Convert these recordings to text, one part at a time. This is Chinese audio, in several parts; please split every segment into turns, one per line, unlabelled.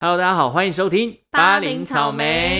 Hello，大家好，欢迎收听
80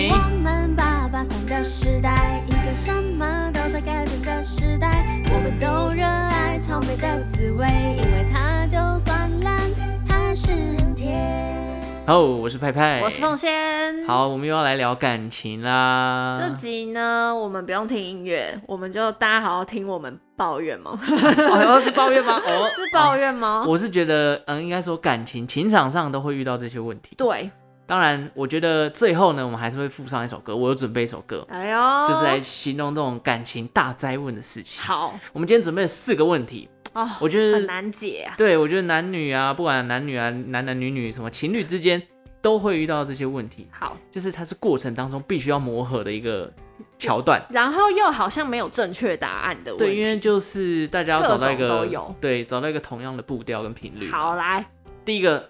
我们八八三的时代，一个什么都在改变的时代。我们都热爱草莓的滋味，因为它就算烂，还是很甜。
哦我是派派，
我是凤。仙。，
好，啊我们又要来聊感情啦。
这集呢，我们不用听音乐，我们就大家好好听我们抱怨 吗？
好像是抱 怨吗？哦，
是抱怨吗
哦。？我是觉得，嗯，应该说感情情场上都会遇到这些问题。
对，
当然，我觉得最后呢，我们还是会附上一首歌，我有准备一首歌，
哎呦，
就是来形容这种感情大灾问的事情。
好
我们今天准备了四个问题，
哦，
我觉得
很难解啊。
对，我觉得男女啊，不管男女啊，男男女女，什么情侣之间都会遇到这些问题，
好，
就是它是过程当中必须要磨合的一个桥段。
然后又好像没有正确答案的问
对，
题。
因为就是大家要
各
找到一
种都
个
有
对，找到一个同样的步调跟频率。，
好来，
第一个，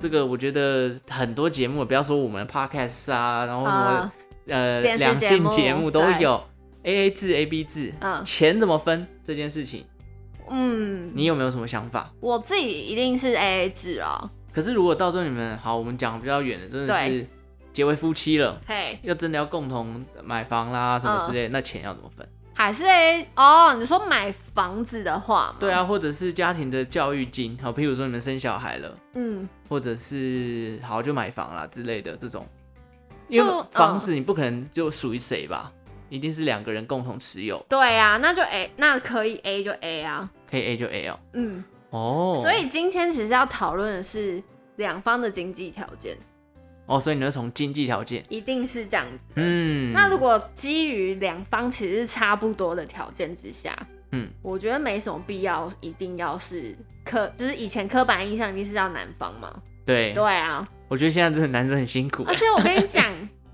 这个我觉得很多节目，不要说我们的 podcast 啊，然后什
嗯
么、呃
电视
两
节
性
目
节目嗯都
对
有 A A 制、A B 制，
嗯
钱怎么分这件事情，
嗯，
你有没有什么想法？
我自己一定是 A A 制哦。
可是如果到时候你们好，我们讲比较远的，真的是结为夫妻了，
嘿，
要真的要共同买房啦什么之类的，那钱要怎么分？
还是 A 哦？你说买房子的话，
对，啊，或者是家庭的教育金，好，譬如说你们生小孩了，
嗯，
或者是好就买房啦之类的这种，
就
因为房子你不可能就属于谁吧，一定是两个人共同持有，
对啊，那就 A，那可以 A 就 A 啊。
可以 A 就 A 哦。
嗯，
哦，
所以今天其实要讨论的是两方的经济条件，
哦，所以你要从经济条件，
一定是这样子的。
嗯，
那如果基于两方其实是差不多的条件之下，
嗯，
我觉得没什么必要，一定要是刻，就是以前刻板印象一定是要男方嘛。
对，
对啊，
我觉得现在真的男生很辛苦
而，且我跟你讲，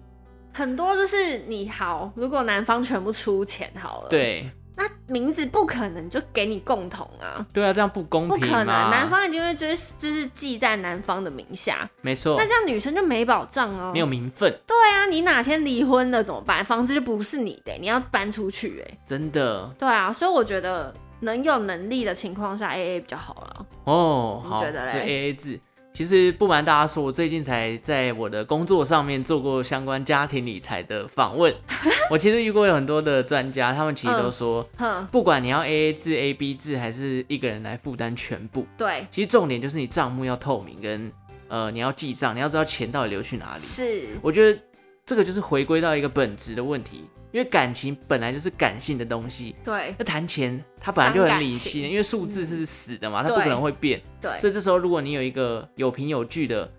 很多就是你好，如果男方全部出钱好了，，
对
那名字不可能就给你共同啊，
对啊，这样不公
不
平
可
嘛，
能，男方一定会就是就是记在男方的名下，
没错
那，这样女生就没保障哦、
没有名分。
对啊，你哪天离婚了怎么办？房子就不是你的、你要搬出去哎、
真的
对啊，所以我觉得能有能力的情况下，A A 比较好了。
哦，
你
好，
觉得嘞
这 A A 制。其实不瞒大家说，我最近才在我的工作上面做过相关家庭理财的访问。 我其实遇过有很多的专家，他们其实
嗯
都说，
哼，
不管你要 A A 制、A B 制，还是一个人来负担全部，
对，
其实重点就是你账目要透明，跟呃你要记账，你要知道钱到底流去哪里。
是，
我觉得这个就是回归到一个本质的问题，因为感情本来就是感性的东西，
对
那谈钱它本来就很理
伤感
性，
情
因为数字是死的嘛，它不
对
可能会变。
对。
所以这时候如果你有一个有凭有据的，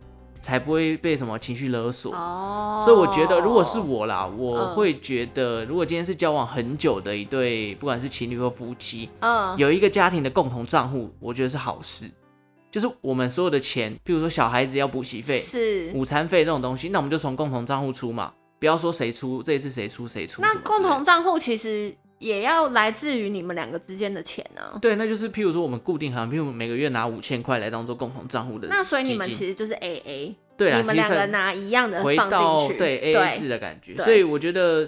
才不会被什么情绪勒索。
哦
所以我觉得，如果是我啦，我
嗯
会觉得，如果今天是交往很久的一对，不管是情侣或夫妻，
嗯，
有一个家庭的共同账户，我觉得是好事。就是我们所有的钱，譬如说小孩子要补习费、
是。
午餐费这种东西，那我们就从共同账户出嘛，不要说谁出，这一次谁出谁出什
那
么之类的。
共同账户其实也要来自于你们两个之间的钱呢、
对，那就是譬如说我们固定行，譬如我们每个月拿五千块来当做共同账户的基金，
那所以你们其实就是 A A，
对啦啊
你们
其实
两个
算
拿一样的
回
呃放
到
进去，
对 A A 制的感觉，
对
所以我觉得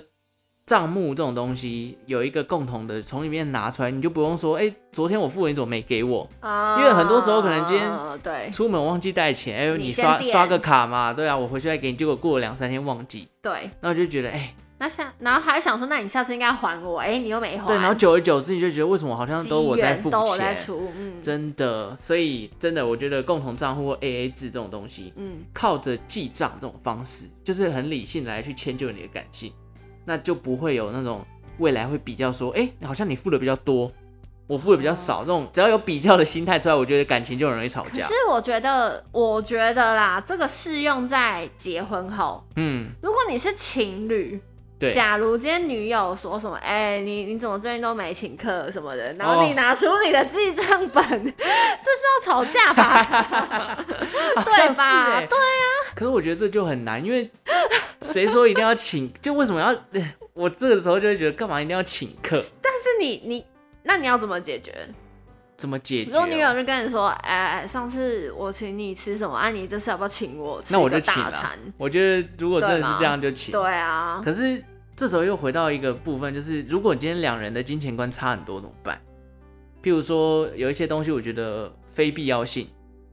账目这种东西有一个共同的，从里面拿出来，你就不用说，哎、昨天我付了，你怎么没给我？
啊
因为很多时候可能今天
对
出门忘记带钱，哎、
你
你
先
刷
垫
刷个卡嘛，对啊，我回去再给你，结果过了两三天忘记，
对，
那我就觉得，哎、
那下，然后还想说，那你下次应该还我，哎、你又没还。
对，然后久而久之，你就觉得为什么好像
机
都我在
缘
付
都我在
钱，
出，嗯，
真的，所以真的，我觉得共同账户或 A A 制这种东西，
嗯，
靠着记账这种方式，就是很理性来去迁就你的感性，那就不会有那种未来会比较说，哎、好像你付的比较多，我付的比较
嗯
少，这种只要有比较的心态出来，我觉得感情就很容易吵
可
架
是。我觉得，我觉得啦，这个适用在结婚后。
嗯，
如果你是情侣，
对，
假如今天女友说什么，哎、你你怎么最近都没请客什么
哦
的，然后你拿出你的记账本， 这是要吵 架吧？
好
对
像是
吧
欸
对
可是我觉得这就很难，因为谁说一定要请？就为什么要？ 我这个时候就会觉得，干嘛一定要请客？
但是你你。那你要怎么解决？
怎么解决
如
哦、
果女友就跟你说，哎、上次我请你吃什么，啊，你这次要不要请我吃
那我就
个
请啊
大
了、
餐？
我觉得如果真的
对
是
吗
这样，就请。
对啊，
可是这时候又回到一个部分，就是如果今天两人的金钱观差很多怎么办？譬如说有一些东西，我觉得非必要性，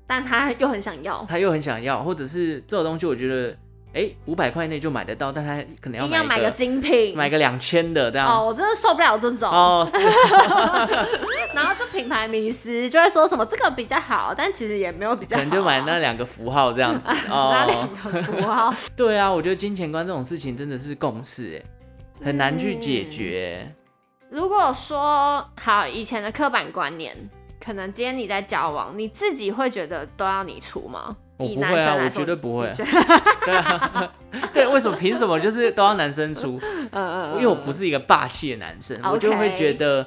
但他又很想要，
他又很想要，或者是这种东西，我觉得，哎，五百块内就买得到，但他可能要
硬要买
买一
个
个
精品，
买个两千的这
哦，
样。
我真的受不了这种，
哦，是
然后就品牌迷失，就会说什么这个比较好，但其实也没有比
可
较好啊，
能就买 那两个符号这样子。
那两
哦，
个符号，
对啊，我觉得金钱观这种事情真的是共识，哎，很难去解 决。
如果说好以前的刻板观念，可能今天你在交往，你自己会觉得都要你出吗？
我
以
不
男
会
生
啊，
来
我
说
绝对不会
你觉。
对啊， 对，为什么？凭什么就是都要男生出？
嗯嗯，
因为我不是一个霸气的男生，
OK
我就会觉得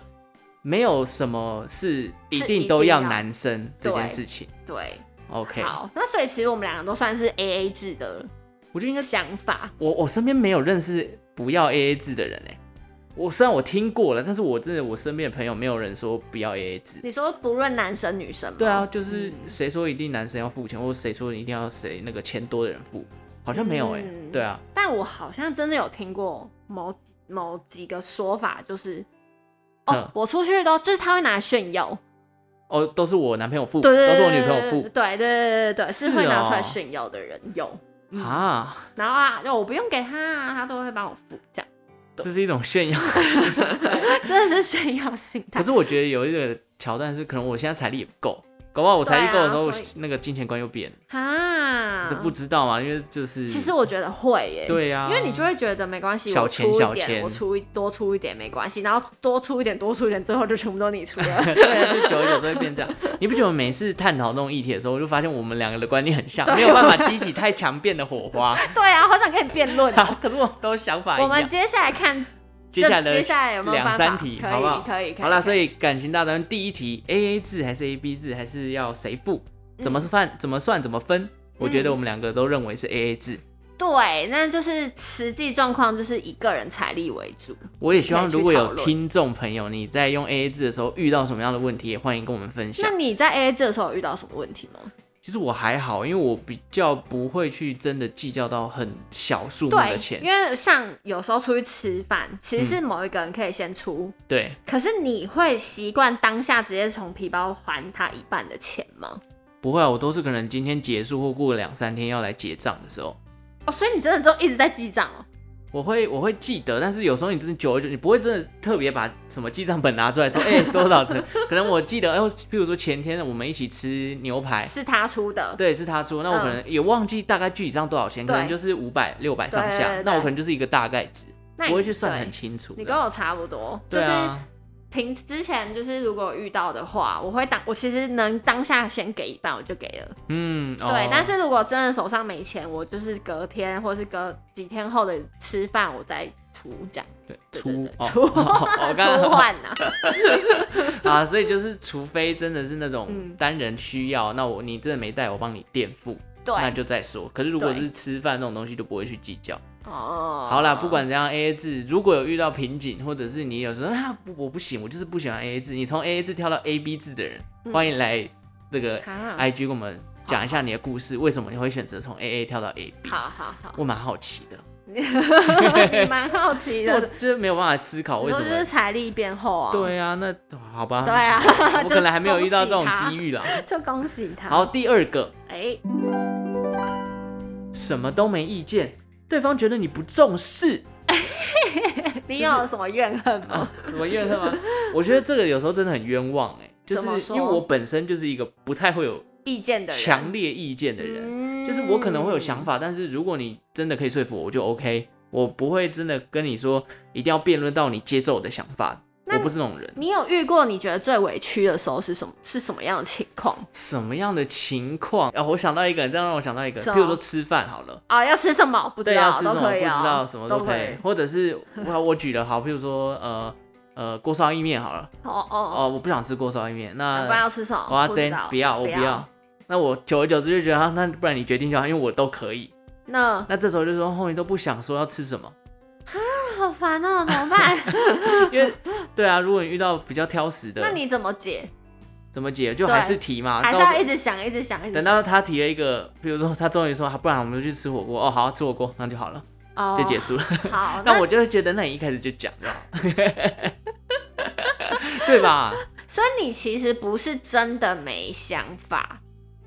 没有什么是一定都要男生这件事情。
对。
OK，
好，那所以其实我们两个都算是 A A 制的
我觉得应该是
想法，
我我身边没有认识不要 AA 制的人哎、我虽然我听过了，但是我真的我身边的朋友没有人说不要 AA 制。
你说不论男生女生吗？
对啊，就是谁说一定男生要付钱，或者谁说一定要谁那个钱多的人付，好像没有哎、
嗯
对啊，
但我好像真的有听过某某几个说法，就是哦，
嗯
我出去都就是他会拿来炫耀，
哦，都是我男朋友付，
对对
都
对，
是我女朋友付
对对对对对，是
是
会拿出来
哦
炫耀的人有。嗯
啊，
然后啊，就我不用给他、啊，他都会帮我付，这样
这是一种炫耀。
真的是炫耀心态
可。是我觉得有一个桥段是，可能我现在财力也不够，搞不好我财力够的时候，
对啊所嗯
那个金钱观又变，
哈，
这不知道嘛？因为 就是
其实我觉得会耶，、
对呀、
因为你就会觉得没关系，
小
我
钱
出一
小
点，
钱
我出一多出一点没关系，然后多出一点，多出一点，最后就全部都你出了。
对啊，就久而久之会变这样。你不觉得我每次探讨那种议题的时候，我就发现我们两个的观念很像，
对
没有办法激起太强变的火花。
对啊，好想跟你辩论哦。
可是我们都想法一
我们
样。
接下来看
接下来
这接下来有没
的
有办
两
法
三题，
可以
好不好？
可以可以
好啦，
可以
所以感情大单第一题，A A 制还是 A B 制，还是要谁付？怎么
嗯
算？怎么算？怎么分？我觉得我们两个都认为是 A A 制。
对，那就是实际状况就是以个人财力为主。
我也希望
可以去
如果
讨
有
论
听众朋友你在用 AA 制的时候遇到什么样的问题，也欢迎跟我们分
那
享。
你在 A A 制的时候有遇到什么问题吗？
其实我还好，因为我比较不会去真的计较到很小数目的嗯
对，
钱
因。为像有时候出去吃饭，其实是某一个人可以先出，
对，
可是你会习惯当下直接从皮包还他一半的钱吗？
不会啊，我都是可能今天结束或过两三天要来结账的时候，
哦，所以你真的就一直在记账哦。
我会我会记得，但是有时候你真的久而久，你不会真的特别把什么记账本拿出来 说，哎、多少钱？可能我记得，哎、比如说前天我们一起吃牛排。
是他出的，
哎对，是他出，那我可能也忘记大概具体上多少钱，可能
对
就是五百、六百上
对对
下
对，
那我可能就是一个大概值。
那你
不会去算
对
很清楚的。
你跟我差不多，就
对
是
啊，
平之前就是如果遇到的话，我会当我其实能当下先给一半我就给了，
嗯，
对
哦。
但是如果真的手上没钱，我就是隔天或是隔几天后的吃饭我再出这样，
对
对
出
对
哦
出
哦 我刚
出
刚
换啊，
啊，所以就是除非真的是那种
嗯
单人需要，那我你真的没带，我帮你垫付，那
对，
就再说。可是如果
对
是吃饭那种东西，就不会去计较。
哦，
好啦，不管怎样，A A 制，如果有遇到瓶颈，或者是你有时候啊，不我不行，我就是不喜欢 A A 制，你从 A A 制跳到 A B 制的人，
嗯
欢迎来这个
啊
I G 跟我们讲一下你的故事，为什么你会选择从 A A 跳到 A B？
好好 好，
我蛮好奇的，
你蛮好奇
因为我
的，
就是没有办法思考
你
为
说
什
就
么
是财力变厚啊，
对啊，那好吧。
对啊，
我可能还没有遇到这种机
遇，
遇啦。
就恭喜他，
好，，第二个，
哎，
什么都没意见，对方觉得你不重视
你有什么怨恨吗？
啊？什么怨恨吗？ 我觉得这个有时候真的很冤枉哎、就
怎么
是
说
因为我本身就是一个不太会有
意见的人，
强烈意见的人，
嗯
就是我可能会有想法，但是如果你真的可以说服我，我就 OK，我不会真的跟你说一定要辩论到你接受我的想法，
那
我不是那种人。
你有遇过你觉得最委屈的时候是什么？是什么样的情况？
什么样的情况？啊，我想到一个，这样让我想到一个，
什么
譬如说吃饭好了。
啊、要吃什么？不知
对，要
道，
吃
都
什么
可以、
不
啊，
知道，什么
都
都可以，。或者是我我举了好，譬如说呃呃锅烧意面好了，
哦哦，
哦我不想吃锅烧意面，
啊不然
那
要吃什么？
我要
不知
真
道
不要我
不
不要。。那我久而久之就觉得啊，那不然你决定就好，因为我都可以。
那
那这时候就说后哦面都不想说要吃什么，
好烦哦，怎 么办？
因为对啊，如果你遇到比较挑食的，
那你怎么解？
怎么解？就还
对
是提嘛，
还是
到时
要
候
一直想，一直想，一直
等
想
到他提了一个，比如说他终于说，啊不然我们就去吃火锅哦，好吃火锅，那就好了，
哦
就结束了。
好，
那
那
我就会觉得，那你一开始就讲就好， 对吧？
所以你其实不是真的没想法，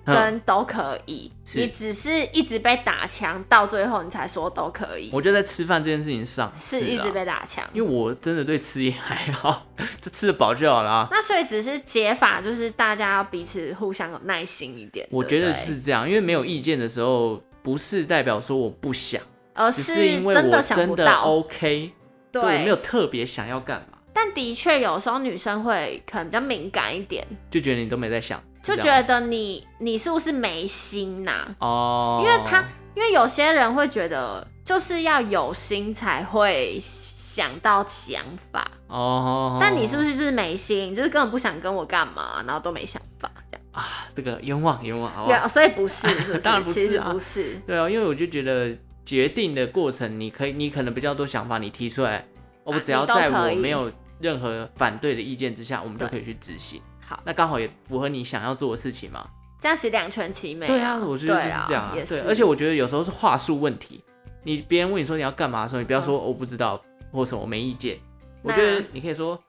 嗯
跟都可以，
是
你只是一直被打枪，到最后你才说都可以，
我觉得在吃饭这件事情上
是一
啦
直被打枪。
因为我真的对吃也还好，就吃得饱就好了啊。
那所以只是解法，就是大家要彼此互相有耐心一点。
我
对
觉
不
得
对，
是这样，因为没有意见的时候，不是代表说我不想，
而
只是因为
真
我
的想
真
不
的
到，
OK，
对，
我没有特别想要干嘛，
但的确有时候女生会可能比较敏感一点，
就觉得你都没在想，
就是
这
觉
样
得你你是不是没心呐、
哦，
因为他因为有些人会觉得就是要有心才会想到想法，
哦，
但你是不
是
是就是没心，就是根本不想跟我干嘛，然后都没想法这样，
啊？这个冤枉冤枉，好不
对
好
啊，？所以不 是，是不是？
哦当然不是啊
其实不是，
对啊，因为我就觉得决定的过程，你可以，你可能比较多想法，你提出来，我
啊
只要
你都
在
可
我
以
没有任何反对的意见之下，我们就
对
可以去执行。
好，
那刚好也符合你想要做的事情嘛？
这样其实两全其美、
对啊，我觉得就
对
是
啊
这样啊。
也
对，
是
而且我觉得有时候是话术问题。你别人问你说你要干嘛的时候，你不要说
嗯
我不知道或什么我没意见。我觉得
那
你可以说，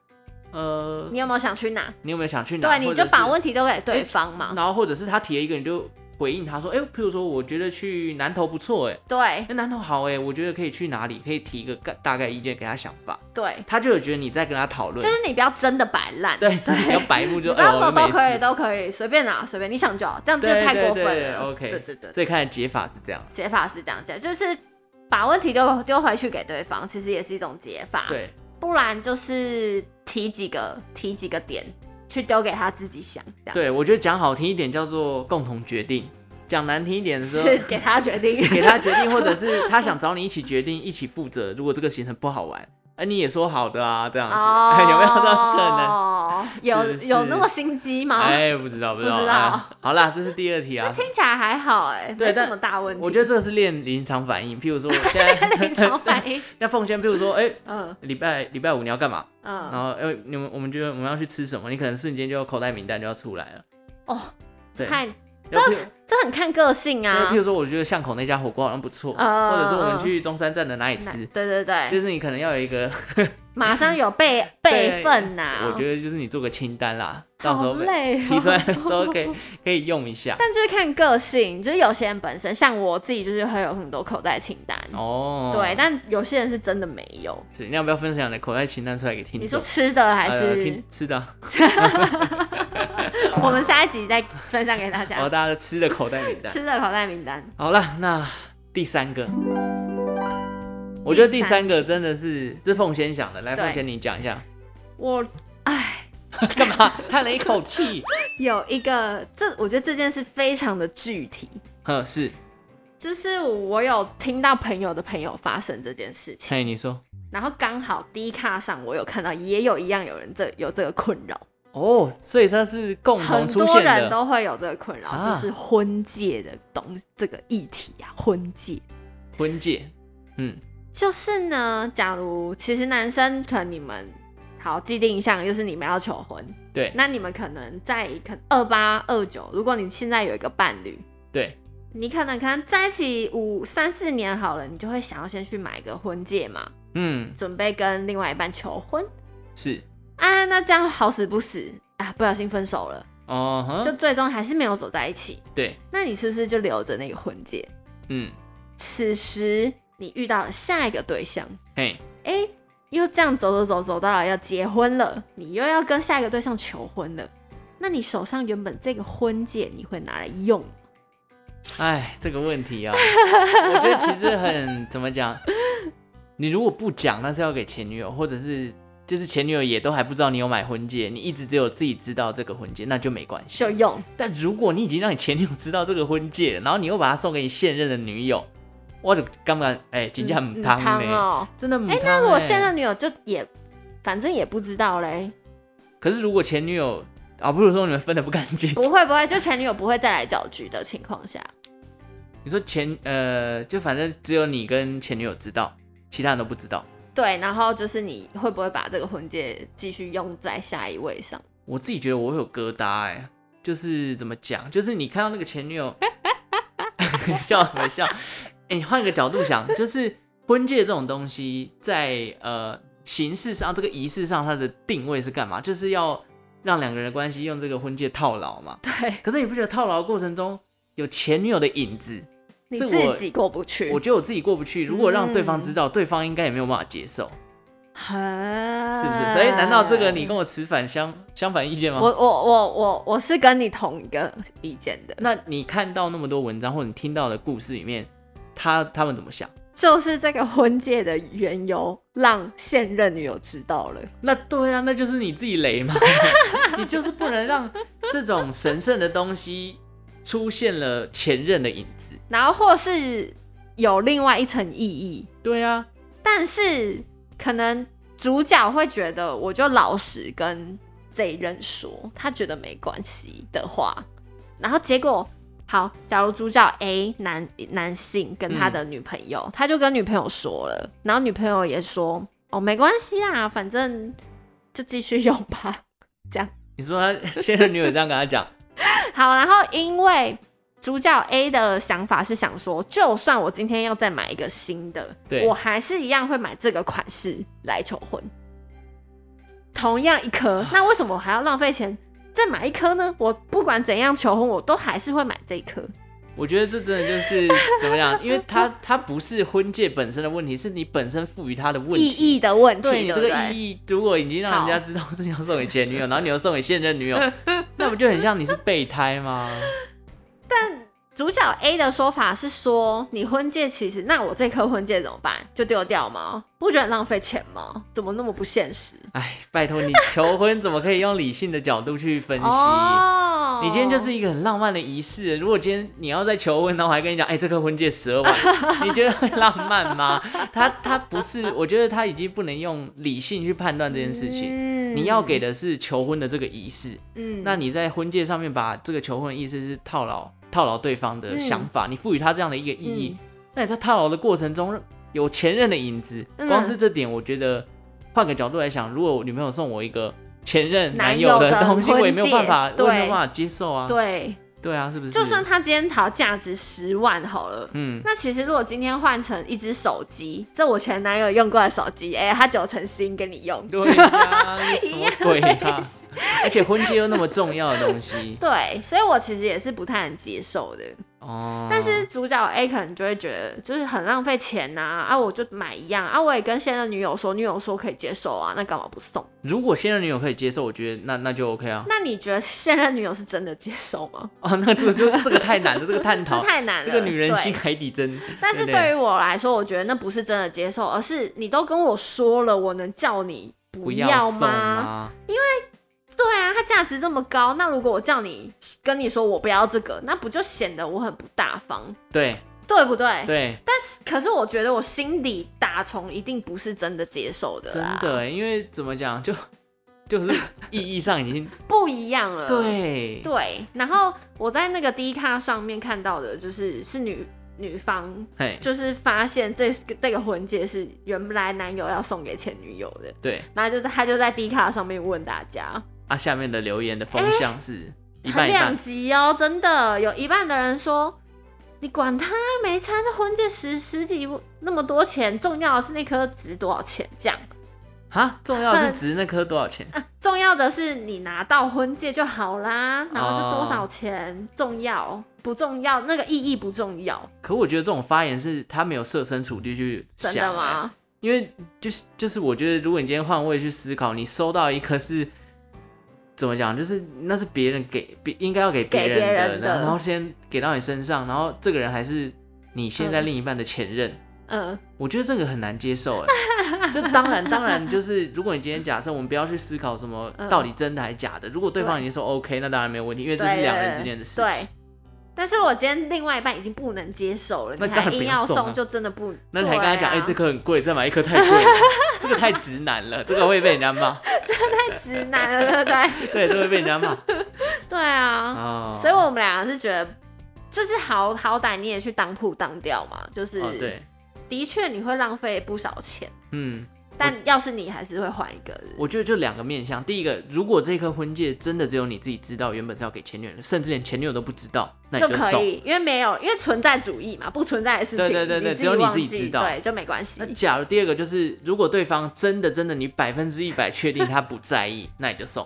呃，
你有没有想去哪？
你有没有想去哪？
对，你就把
问。
问题丢给对方嘛。
然后或者是他提了一个，你就回应他说，哎、譬如说我觉得去南投不错，哎，
对
哎南投好，哎，我觉得可以去哪里，可以提一个概大概意见给他想法，
对，
他就有觉得你在跟他讨论，
就是你不要真的摆烂，
对，你不要白目就
你不要
哦
都
没
都可以，
事，
都可以，随便拿，随便你想就好，这样就
对
太
对
过分
对
了。
，OK，
对对对，
所以看来解法是这样，
解法是这样解，就是把问题丢丢回去给对方，其实也是一种解法。，
对，
不然就是提几个提几个点去丢给他自己想，这样
对我觉得讲好听一点叫做共同决定，讲难听一点的时候。
是给他决定。
给他决定， 或者是他想找你一起决定、一起负责。如果这个行程不好玩，哎、你也说好的啊，这样 子、
哦
有没有这种可能？
有
是
有
是
那么心机吗？
哎，不知道，不知道。
不知道
哎好啦，这是第二题
这
啊。
听起来还好哎、
对
没什
但
么大问题。
我觉得这个是练临场反应，譬如说我现在
临场反应，
那凤仙，譬如说，哎、
嗯
礼拜礼拜五你要干嘛？然
嗯，
后，哎、你们我们觉得我们要去吃什么？你可能瞬间就口袋名单就要出来了。
哦，
对，
看
就譬如
这很看个性
就
啊
譬。如说，我觉得巷口那家火锅好像不错，
嗯
或者说我们
嗯
去中山站的哪里
那
吃，
对对对，
就是你可能要有一个，
马上有备
对
备份呐、
我觉得就是你做个清单啦，到时候
好累、哦，
提出来的时候可以可以用一下。
但就是看个性，就是有些人本身像我自己，就是会有很多口袋清单，
哦，
对，但有些人是真的没有。
是你要不要分享你的口袋清单出来给听众？
你说吃的还
呃
是
听？吃的啊，
我们下一集再分享给大
然后
家。
哦大家吃的口袋名单。
吃的口袋名单，
好了，那第三个，我觉得第三个真的是这是凤仙想的，来，
对
凤仙你讲一下，
我哎，
干嘛叹了一口 气？
有一个这，我觉得这件事非常的具体，
呵，是，
就是我有听到朋友的朋友发生这件事情，
嘿，你说，
然后刚好 D 卡上我有看到，也有一样有人这有这个困扰，
哦，所以它是共同
很
出
多
现
人
的，
都会有这个困扰，
啊
就是婚戒的东这个议题啊，婚戒。
婚戒，嗯，
就是呢，假如其实男生可能你们好既定印象就是你们要求婚，
对
那你们可能在可二八二九，如果你现在有一个伴侣，
对，
你可能可能在一起五三四年好了，你就会想要先去买个婚戒嘛，
嗯，
准备跟另外一半求婚
是，
啊。那这样好死不死啊，不小心分手了，
哦，哼
就最终还是没有走在一起，
对，
那你是不是就留着那个婚戒？
嗯，
此时你遇到了下一个对象，
嘿，
哎、又这样走走走走到了要结婚了，你又要跟下一个对象求婚了，那你手上原本这个婚戒你会拿来用？
哎，这个问题啊， 我觉得其实很怎么讲，你如果不讲，那是要给前女友，或者是就是前女友也都还不知道你有买婚戒，你一直只有自己知道这个婚戒，那就没关系
就。用，
但如果你已经让你前女友知道这个婚戒了，然后你又把它送给你现任的女友，我就干不干？哎，真的很汤欸
嗯
呢，
哦。
真的很
哎、
汤。
那如果现任女友就也，反正也不知道嘞，
可是如果前女友啊，不如说你们分的不干净。
不会不会，就前女友不会再来搅局的情况下，
你说前呃，就反正只有你跟前女友知道，其他人都不知道。
对，然后就是你会不会把这个婚戒继续用在下一位上？
我自己觉得我会有疙瘩哎、就是怎么讲，就是你看到那个前女友， 笑什么笑？哎、你换一个角度想，就是婚戒这种东西在呃形式上，这个仪式上它的定位是干嘛？就是要让两个人的关系用这个婚戒套牢嘛。
对
可是你不觉得套牢的过程中有前女友的影子？
你
这
自
我
己过不去
我，觉得我自己过不去，如果让对方知道，对方应该也没有办法接受，
是
是不是？所以难道这个你跟我持反相相反意见吗
我？我我我我是跟你同一个意见的，
那你看到那么多文章或者你听到的故事里面，他他们怎么想？
就是这个婚戒的缘由让现任女友知道了。
那对啊，那就是你自己雷嘛， 你就是不能让这种神圣的东西出现了前任的影子。
然后或是有另外一层意义，
对啊，
但是可能主角会觉得，我就老实跟这一任说，他觉得没关系的话，然后结果好，假如主角 A 男男性跟他的女朋友，他就跟女朋友说了，然后女朋友也说，哦，没关系啦，反正就继续用吧，这样。
你说他现任女友这样跟他讲，
好，然后因为主角 A 的想法是想说，就算我今天要再买一个新的，
对
我还是一样会买这个款式来求婚。同样一
啊
颗，那为什么我还要浪费钱再买一颗呢？我不管怎样求婚，我都还是会买这一颗。
我觉得这真的就是怎么讲？因为他他不是婚戒本身的问题，是你本身赋予他的问
意
题。
义的问题，
对
对
你
不
这
对？
个意义，如果已经让人家知道是要送给前女友，然后你又送给现任女 友，那不就很像你是备胎吗？
主角 A 的说法是说，你婚戒其实，那我这颗婚戒怎么办？就丢掉吗？不觉得很浪费钱吗？怎么那么不现实？
哎，拜托你求婚怎么可以用理性的角度去分析？
哦
你今天就是一个很浪漫的仪式。如果今天你要在求婚，然后我还跟你讲，哎、这颗婚戒十二 万，你觉得会浪漫吗？他他不是，我觉得他已经不能用理性去判断这件事情。
嗯
你要给，的是求婚的这个仪式，
嗯
那你在婚戒上面把这个求婚的意思是套牢套牢对方
嗯
的想法，你赋予他这样的一个意义。那你在套牢的过程中有前任的影子，
嗯
光是这点，我觉得换个角度来想，如果我女朋友送我一个前任
男
男友
友的
东西，
婚
我也没有
戒
办法，我也没有
对
办法接受啊。
对，
对啊，是不是？
就算他今天讨价值十万好了。
嗯，
那其实如果今天换成一只手机，这我前男友用过的手机，哎、他九成新给你用。
对 啊，你什么鬼啊？而且婚戒又那么重要的东西
对，所以我其实也是不太能接受的。
哦，
但是主角 A 可能就会觉得就是很浪费钱呐、啊，我就买一样啊，我也跟现任女友说，女友说可以接受啊，那干嘛不送？
如果现任女友可以接受，我觉得那那就 OK 啊。
那你觉得现任女友是真的接受吗？
哦，那这个就这个太难了，这个探
这
讨，
太难了。
这个女人
对
心海底针。
但是
对不
对于我来说，我觉得那不是真的接受，而是你都跟我说了，我能叫你
不
不
要送
吗？
吗？
对啊，它价值这么高，那如果我叫你跟你说我不要这个，那不就显得我很不大方，
对
对不对？
对，
可是我觉得我心里打从一定不是真的接受的
真
啦，
的欸，因为怎么讲，就就是意义上已 经
不一样了。
对
呃对，然后我在那个 D 卡上面看到的，就是是女女方。
嘿
就是发现这这个婚戒是原来男友要送给前女友的，
对
然后就在他就在 D 卡上面问大家，
啊，下面的留言的风向是一
哎很
半一
两
半，
极哦，真的有一半的人说，你管他没差，这婚戒十十几那么多钱，重要的是那颗值多少钱，这样
啊，重要的
很
是值那颗多少钱？
啊，重要的是你拿到婚戒就好啦，然后是多少钱、重要不重要，那个意义不重要，
可我觉得这种发言是他没有设身处地去想、
真
欸，
的吗？
因为就是就是，我觉得如果你今天换位去思考，你收到一颗是怎么讲，就是那是别人给别应该要给别人
给
的，
别人的
然后然后先给到你身上，然后这个人还是你现在
嗯
另一半的前任，
嗯，
我觉得这个很难接受哎。就当然当然 就是，如果你今天假设我们不要去思考什么
嗯
到底真的还假的，如果对方已经说 OK，那当然没有问题，因为这是两人之间的事
对。
情
对。但是我今天另外一半已经不能接受了，
那
你
当
还
然不
硬
要
要
送啊
送，就真的不。
那你还跟他讲，哎、
对啊
这颗很贵，再买一颗太贵 了，这个太直男了，这个会被人家骂，
太直男了，对不对？
对，这个会被人家 骂。
对啊，
哦，
所以我们俩是觉得，就是好好歹你也去当铺当掉嘛，就是、
哦，对，
的确你会浪费不少钱，
嗯，
但要是你还是会换一个人，
我觉得就两个面向。第一个，如果这颗婚戒真的只有你自己知道，原本是要给前女友的，甚至连前女友都不知道，那你
就可
送。
以，因为没有，因为存在主义嘛，不存在的事
对
情，
对对对
你自
只有
己
你
忘
自己
记，
知道
对，就没关系
那。假如第二个 就是，如果对方真的真的你百分之一百确定他不在意，那你就送。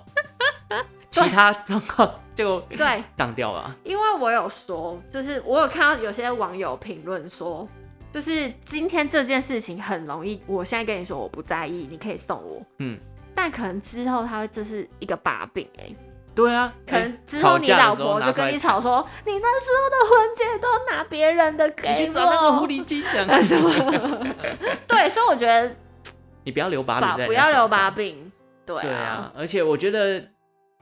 其他状况就
对，
挡掉了。啊
因为我有说，就是我有看到有些网友评论说，就是今天这件事情很容易，我现在跟你说我不在意，你可以送我，
嗯，
但可能之后他会这是一个把柄哎、
对啊，
可能
哎
之后你
吵架的
老
时候
婆
拿
就
出来
跟你吵说，你那时候的婚戒都拿别人的给
你
我，
去找那个狐狸精这
啊哎 什么
样，？
对，所以我觉得
你不要留 把
把
柄在
不
人家
要留
手上
把柄，对啊，
对啊，而且我觉得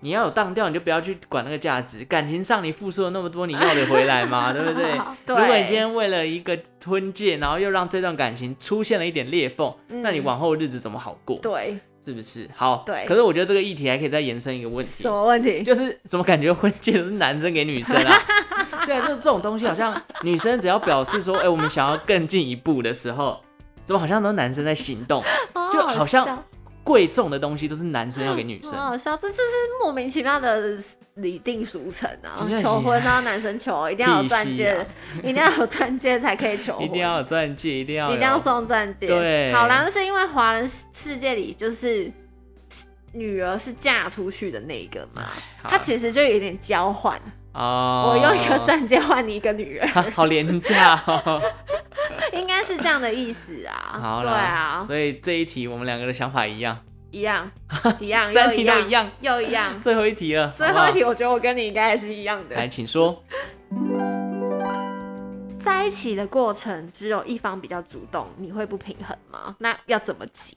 你要有当掉，你就不要去管那个价值。感情上你付出了那么多，你要得回来 吗？对不对？如
对
果你今天为了一个婚戒，然后又让这段感情出现了一点裂缝，
嗯
那你往后的日子怎么好过？
对
是不是？好，
对
可是我觉得这个议题还可以再延伸一个问题
什，么问题？
就是怎么感觉婚戒都是男生给女生啊？ 对啊，就是这种东西，好像女生只要表示说，哎、我们想要更进一步的时候，怎么好像都是男生在行动？就好像
笑
贵重的东西都是男生要给女生
好。好笑，这就是莫名其妙的理定俗成啊
真的！是
求婚啊，男生求一定要有钻戒，
屁事啊
一定要有钻戒才可以求婚，
一定要有钻戒，一定要
一定要送钻戒。
对
好啦，那是因为华人世界里就是女儿是嫁出去的那一个嘛，她
实
其实就有点交换，
哦，
我用一个钻戒换你一个女儿，
哈，好廉价哦。
应该是这样的意思 啊。
好
对
啦，
啊，
所以这一题我们两个的想法一样，
一样，一样，
三
又
题
一
都一
样，
样。
又一 样。
最后一题了，
最
好不
后一
好
题，我觉得我跟你应该也是一样的。
来，请说。
在一起的过程只有一方比较主动，你会不平衡吗？那要怎么解？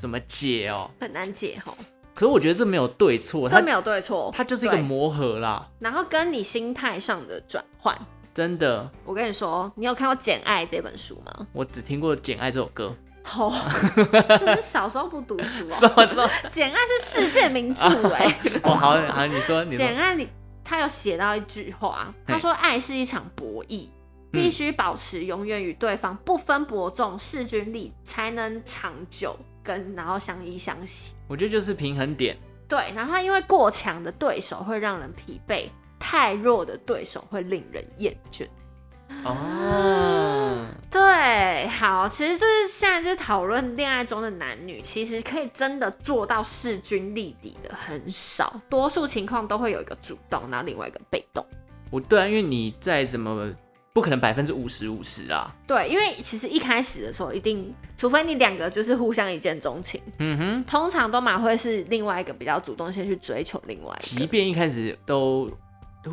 怎么解哦？
很难解吼，
可是我觉得这没有对错，它
这没有对错，
它就是一个
对
磨合啦，
然后跟你心态上的转换。
真的。
我跟你说，你有看过《简爱》这本书吗？
我只听过《简爱》这首 歌，
哦，是小时候不读 书
什
哦，
么时候？
《简爱》是世界名著哎、
哦，好好，你说，你
《
说，
简爱》里他有写到一句话，
嘿
他说：“爱是一场博弈，
嗯
必须保持永远与对方不分伯仲、势均力，才能长久跟然后相依相惜。”
我觉得就是平衡点，
对，然后因为过强的对手会让人疲惫，太弱的对手会令人厌倦。啊
哦，
对，好，其实就是现在就是讨论恋爱中的男女，其实可以真的做到势均力敌的很少，多数情况都会有一个主动，然后另外一个被动。
我对啊，因为你再怎么不可能百分之五十五十啊，
对，因为其实一开始的时候，一定除非你两个就是互相一见钟情，
嗯哼，
通常都蛮会是另外一个比较主动先去追求另外一
即
个，
便一开始都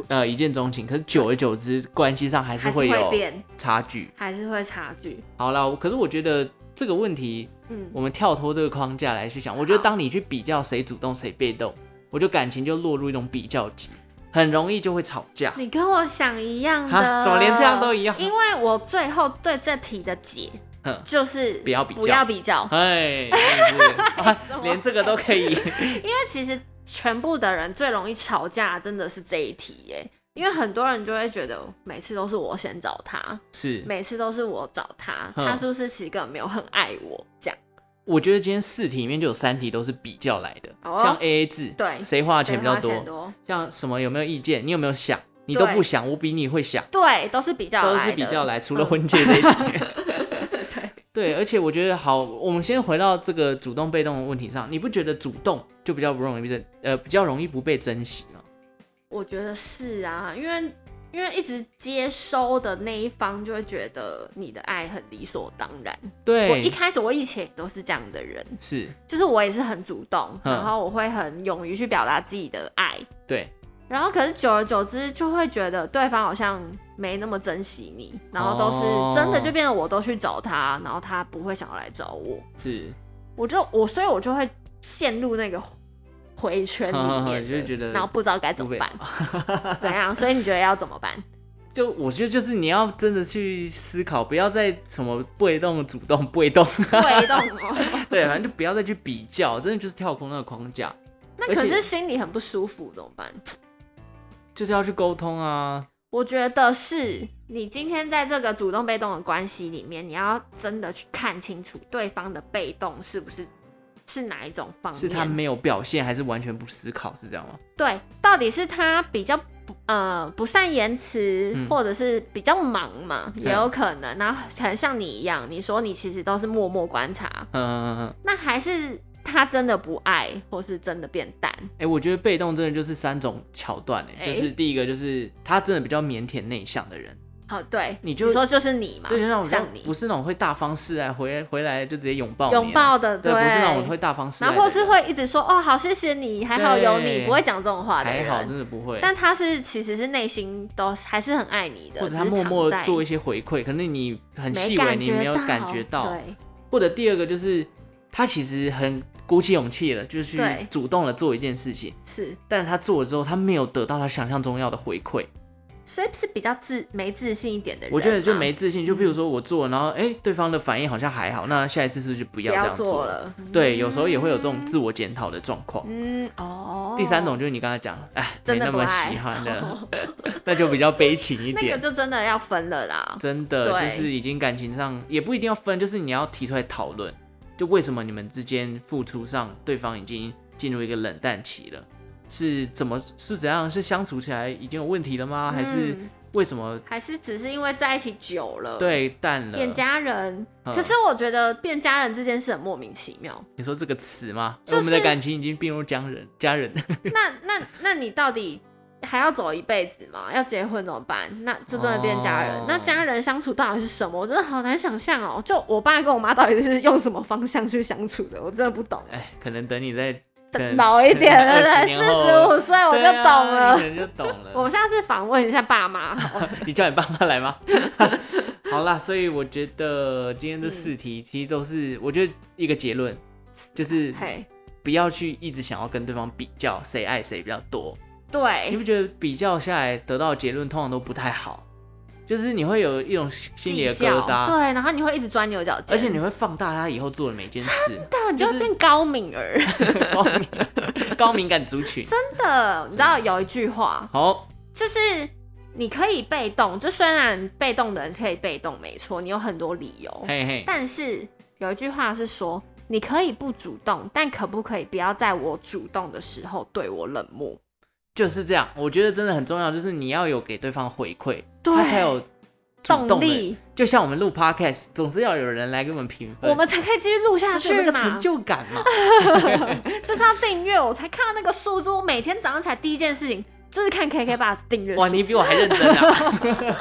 呃一见钟情，可是久而久之关系上还是
还是
会
会
有
变，
差距。
还是会差距。
好啦，可是我觉得这个问题，
嗯，
我们跳脱这个框架来去想，我觉得
好
当你去比较谁主动谁被动，我觉得感情就落入一种比较级，很容易就会吵架。
你跟我想一样
哈
的，
怎么连这样都一样
因为我最后对这题的解
哼
就是
不要比较
不要比较，
哎，是不 是啊
什么
连这个都可以，
因为其实全部的人最容易吵架真的是这一题耶。因为很多人就会觉得每次都是我先找他，
是。
每次都是我找他，
哼
他是不是其实根本没有很爱我？这样
我觉得今天四题里面就有三题都是比较来的，
哦
像 A A 制，
对
谁花的钱
谁
比较
花
多，
多？
像什么有没有意见，你有没有想，你都
对
不想，我比你会想，
对，都是比较来
都
的嗯
是比较来，除了婚戒这一 题。
对
对，而且我觉得好，我们先回到这个主动被动的问题上，你不觉得主动就比较不容易被呃比较容易不被珍惜吗？
我觉得是啊，因为因为一直接收的那一方就会觉得你的爱很理所当然。我
对，
一开始我以前也都是这样的人，
是，
就是我也是很主动，
嗯
然后我会很勇于去表达自己的爱，
对，
然后可是久而久之就会觉得对方好像没那么珍惜你，然后都
哦
是真的就变得我都去找他，然后他不会想要来找我，
是，
我就我所以我就会陷入那个回圈 里
嗯嗯嗯
面的，
就是觉得
然后不知道该怎
不
么
被
办， 怎样？所以你觉得要怎么办？
就我觉得就是你要真的去思考，不要再什么被动、主动、被动，
被动哦，
对，反正就不要再去比较，真的就是跳空那个框架，
那
而且
可是心里很不舒服，怎么办？
就是要去沟通啊，
我觉得是你今天在这个主动被动的关系里面，你要真的去看清楚对方的被动是不是是哪一种方面，
是他没有表现，还是完全不思考，是这样吗？
对，到底是他比较不呃不善言辞，
嗯
或者是比较忙嘛，
嗯
也有可能。然后可能像你一样，你说你其实都是默默观察，
嗯嗯嗯嗯，
那还是他真的不爱，或是真的变淡，
哎、我觉得被动真的就是三种桥段、哎、
哎
就是第一个就是他真的比较腼腆内向的人，
哦，对，
你就
说就是你嘛，
对，就那种比较
像你
不是那种会大方示爱，回回来就直接拥抱你啊
拥抱的，
对，不是那种会大方示爱
然
的人，
后或是会一直说哦，好，谢谢你，还好有你，
对
不会讲这种话的
还好，真
人。
的不会。
但他是其实是内心都还是很爱你的，
或者他
只是
默默
藏在
做一些回馈，可能你很
没
细微，
感
你
觉
没有感觉到。
对，
或者第二个就是他其实很鼓起勇气了，就去
对
主动的做一件事情，
是，
但他做了之后，他没有得到他想象中要的回馈，
所以是比较自没自信一点的人嘛，
我觉得就没自信。就
嗯
比如说我做了，然后哎、对方的反应好像还好，那下一次是不是就不
不
要这
要
样
做
了？
了。
对，有时候也会有这种自我检讨的状况。
嗯，哦，
第三种就是你刚才讲，哎，没
真的
那
不
么
爱哦
喜欢的， 那就比较悲情一
那个
点。
就真的要分了啦。
真的
对
就是已经感情上也不一定要分，就是你要提出来讨论，就为什么你们之间付出上对方已经进入一个冷淡期了，是怎么是怎样？是相处起来已经有问题了吗？还是
嗯
为什么
还是只是因为在一起久了，，
对淡了？
变家人。
嗯
可是我觉得变家人这件事很莫名其 妙。
你说这个词吗？
就是
我们的感情已经并入家人家人，
那那那你到底还要走一辈子吗？要结婚怎么办？那就真的变家人。
哦
那家人相处到底是什么？我真的好难想象哦。就我爸跟我妈到底是用什么方向去相处的？我真的不懂。
哎，可能等你再可能
老一点了，对
20
不对，
年
四
后
十五岁我就
对啊
懂了。
你可能就懂了。
我下次访问一下 爸妈。
你叫你爸妈来吗？ 好啦，所以我觉得今天这
嗯
四题其实都是，我觉得一个结论就是
嘿，
不要去一直想要跟对方比较谁爱谁比较多。你
对，
不觉得比较下来得到的结论通常都不太好？就是你会有一种心里的
计
疙
较
瘩，
对，然后你会一直钻牛角尖，
而且你会放大他以后做的每件事，
但你就会
就是
变高敏儿。
高敏高敏感族群。
真的，你知道有一句话，
好，
就是你可以被动，就虽然被动的人可以被动，没错，你有很多理由，
嘿嘿，
但是有一句话是说，你可以不主动，但可不可以不要在我主动的时候对我冷漠？
就是这样。我觉得真的很重要，就是你要有给对方回馈，
对
他才有主动的
动力，
就像我们录 podcast，总是要有人来给我们评分，
我们才可以继续录下
就是有
去
那个
嘛
成，就感嘛。
就是要订阅，我才看到那个数字，我每天早上起来第一件事情就是看 KK b o x 订阅数
哇，，你比我还认真啊！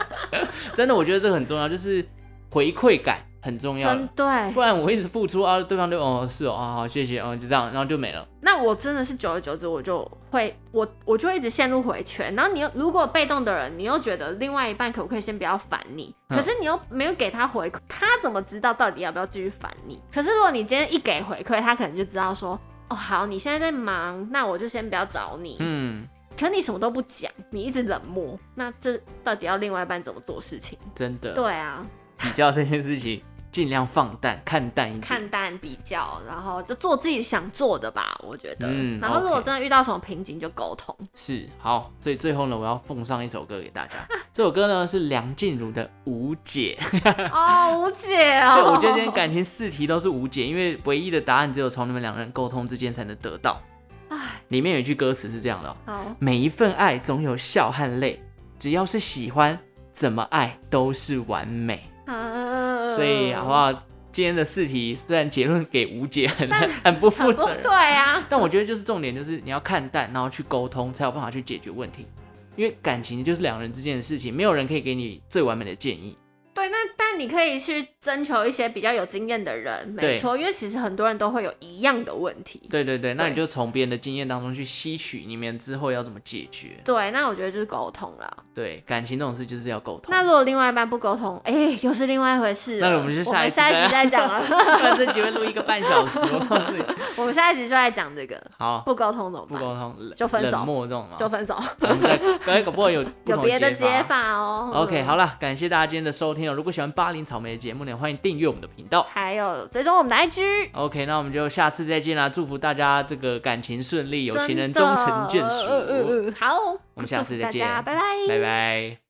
真的，我觉得这个很重要，就是回馈感很重要。
真对
不。然我一直付出啊，对方就哦是哦啊好谢谢哦就这样，然后就没了。
那我真的是久而久之，我就会我我就会一直陷入回圈。然后你又如果被动的人，你又觉得另外一半可不可以先不要烦你？
嗯
可是你又没有给他回馈，他怎么知道到底要不要继续烦你？可是如果你今天一给回馈，他可能就知道说，哦好，你现在在忙，那我就先不要找你。
嗯，
可你什么都不讲，你一直冷漠，那这到底要另外一半怎么做事情？
真的，
对啊，
比较这件事情尽量放淡，看淡一点。
看淡比较，然后就做自己想做的吧，我觉得。
嗯
然后如果
OK
真的遇到什么瓶颈，就沟通。
是好，所以最后呢，我要奉上一首歌给大家。 这首歌呢是梁静茹的《无解》。
哦，无解哦。
所以我觉得今天感情四题都是无解，因为唯一的答案只有从你们两个人沟通之间才能得到。
唉，
里面有一句歌词是这样的哦、
好，
每一份爱总有笑和泪，只要是喜欢，怎么爱都是完美。
啊
所以好不好？今天的四题虽然结论给无解很很不负
很不
责
对
任，
啊，
但我觉得就是重点就是你要看淡，然后去沟通，才有办法去解决问题。因为感情就是两人之间的事情，没有人可以给你最完美的建议。
对，那但你可以去征求一些比较有经验的人，
对
没错，因为其实很多人都会有一样的问题。
对对对，那
对
你就从别人的经验当中去吸取你们之后要怎么解决。
对，那我觉得就是沟通了。
对，感情这种事就是要沟通。
那如果另外一半不沟通，哎、又是另外一回事了。
那我们就下一
一
次再
集再讲 了。
不然这集会录一个半小时，我告诉你。
我们下一集就来讲这个，
好，
不沟通怎么
不
办？
沟 通
就分手
冷漠这种嘛。
就分手，
我们再刚才搞不好有不
有
同
别的
解
解。法哦。
OK，
嗯
好了，感谢大家今天的收听哦。如果喜欢巴林草莓的节目呢，欢迎订阅我们的频道。
还有追踪我们的 IG，
OK，那我们就下次再见啦！祝福大家这个感情顺利，有情人
真
终
的
成眷属。
嗯嗯嗯嗯好，
我们下次再
祝福大家
见
拜拜，
拜拜。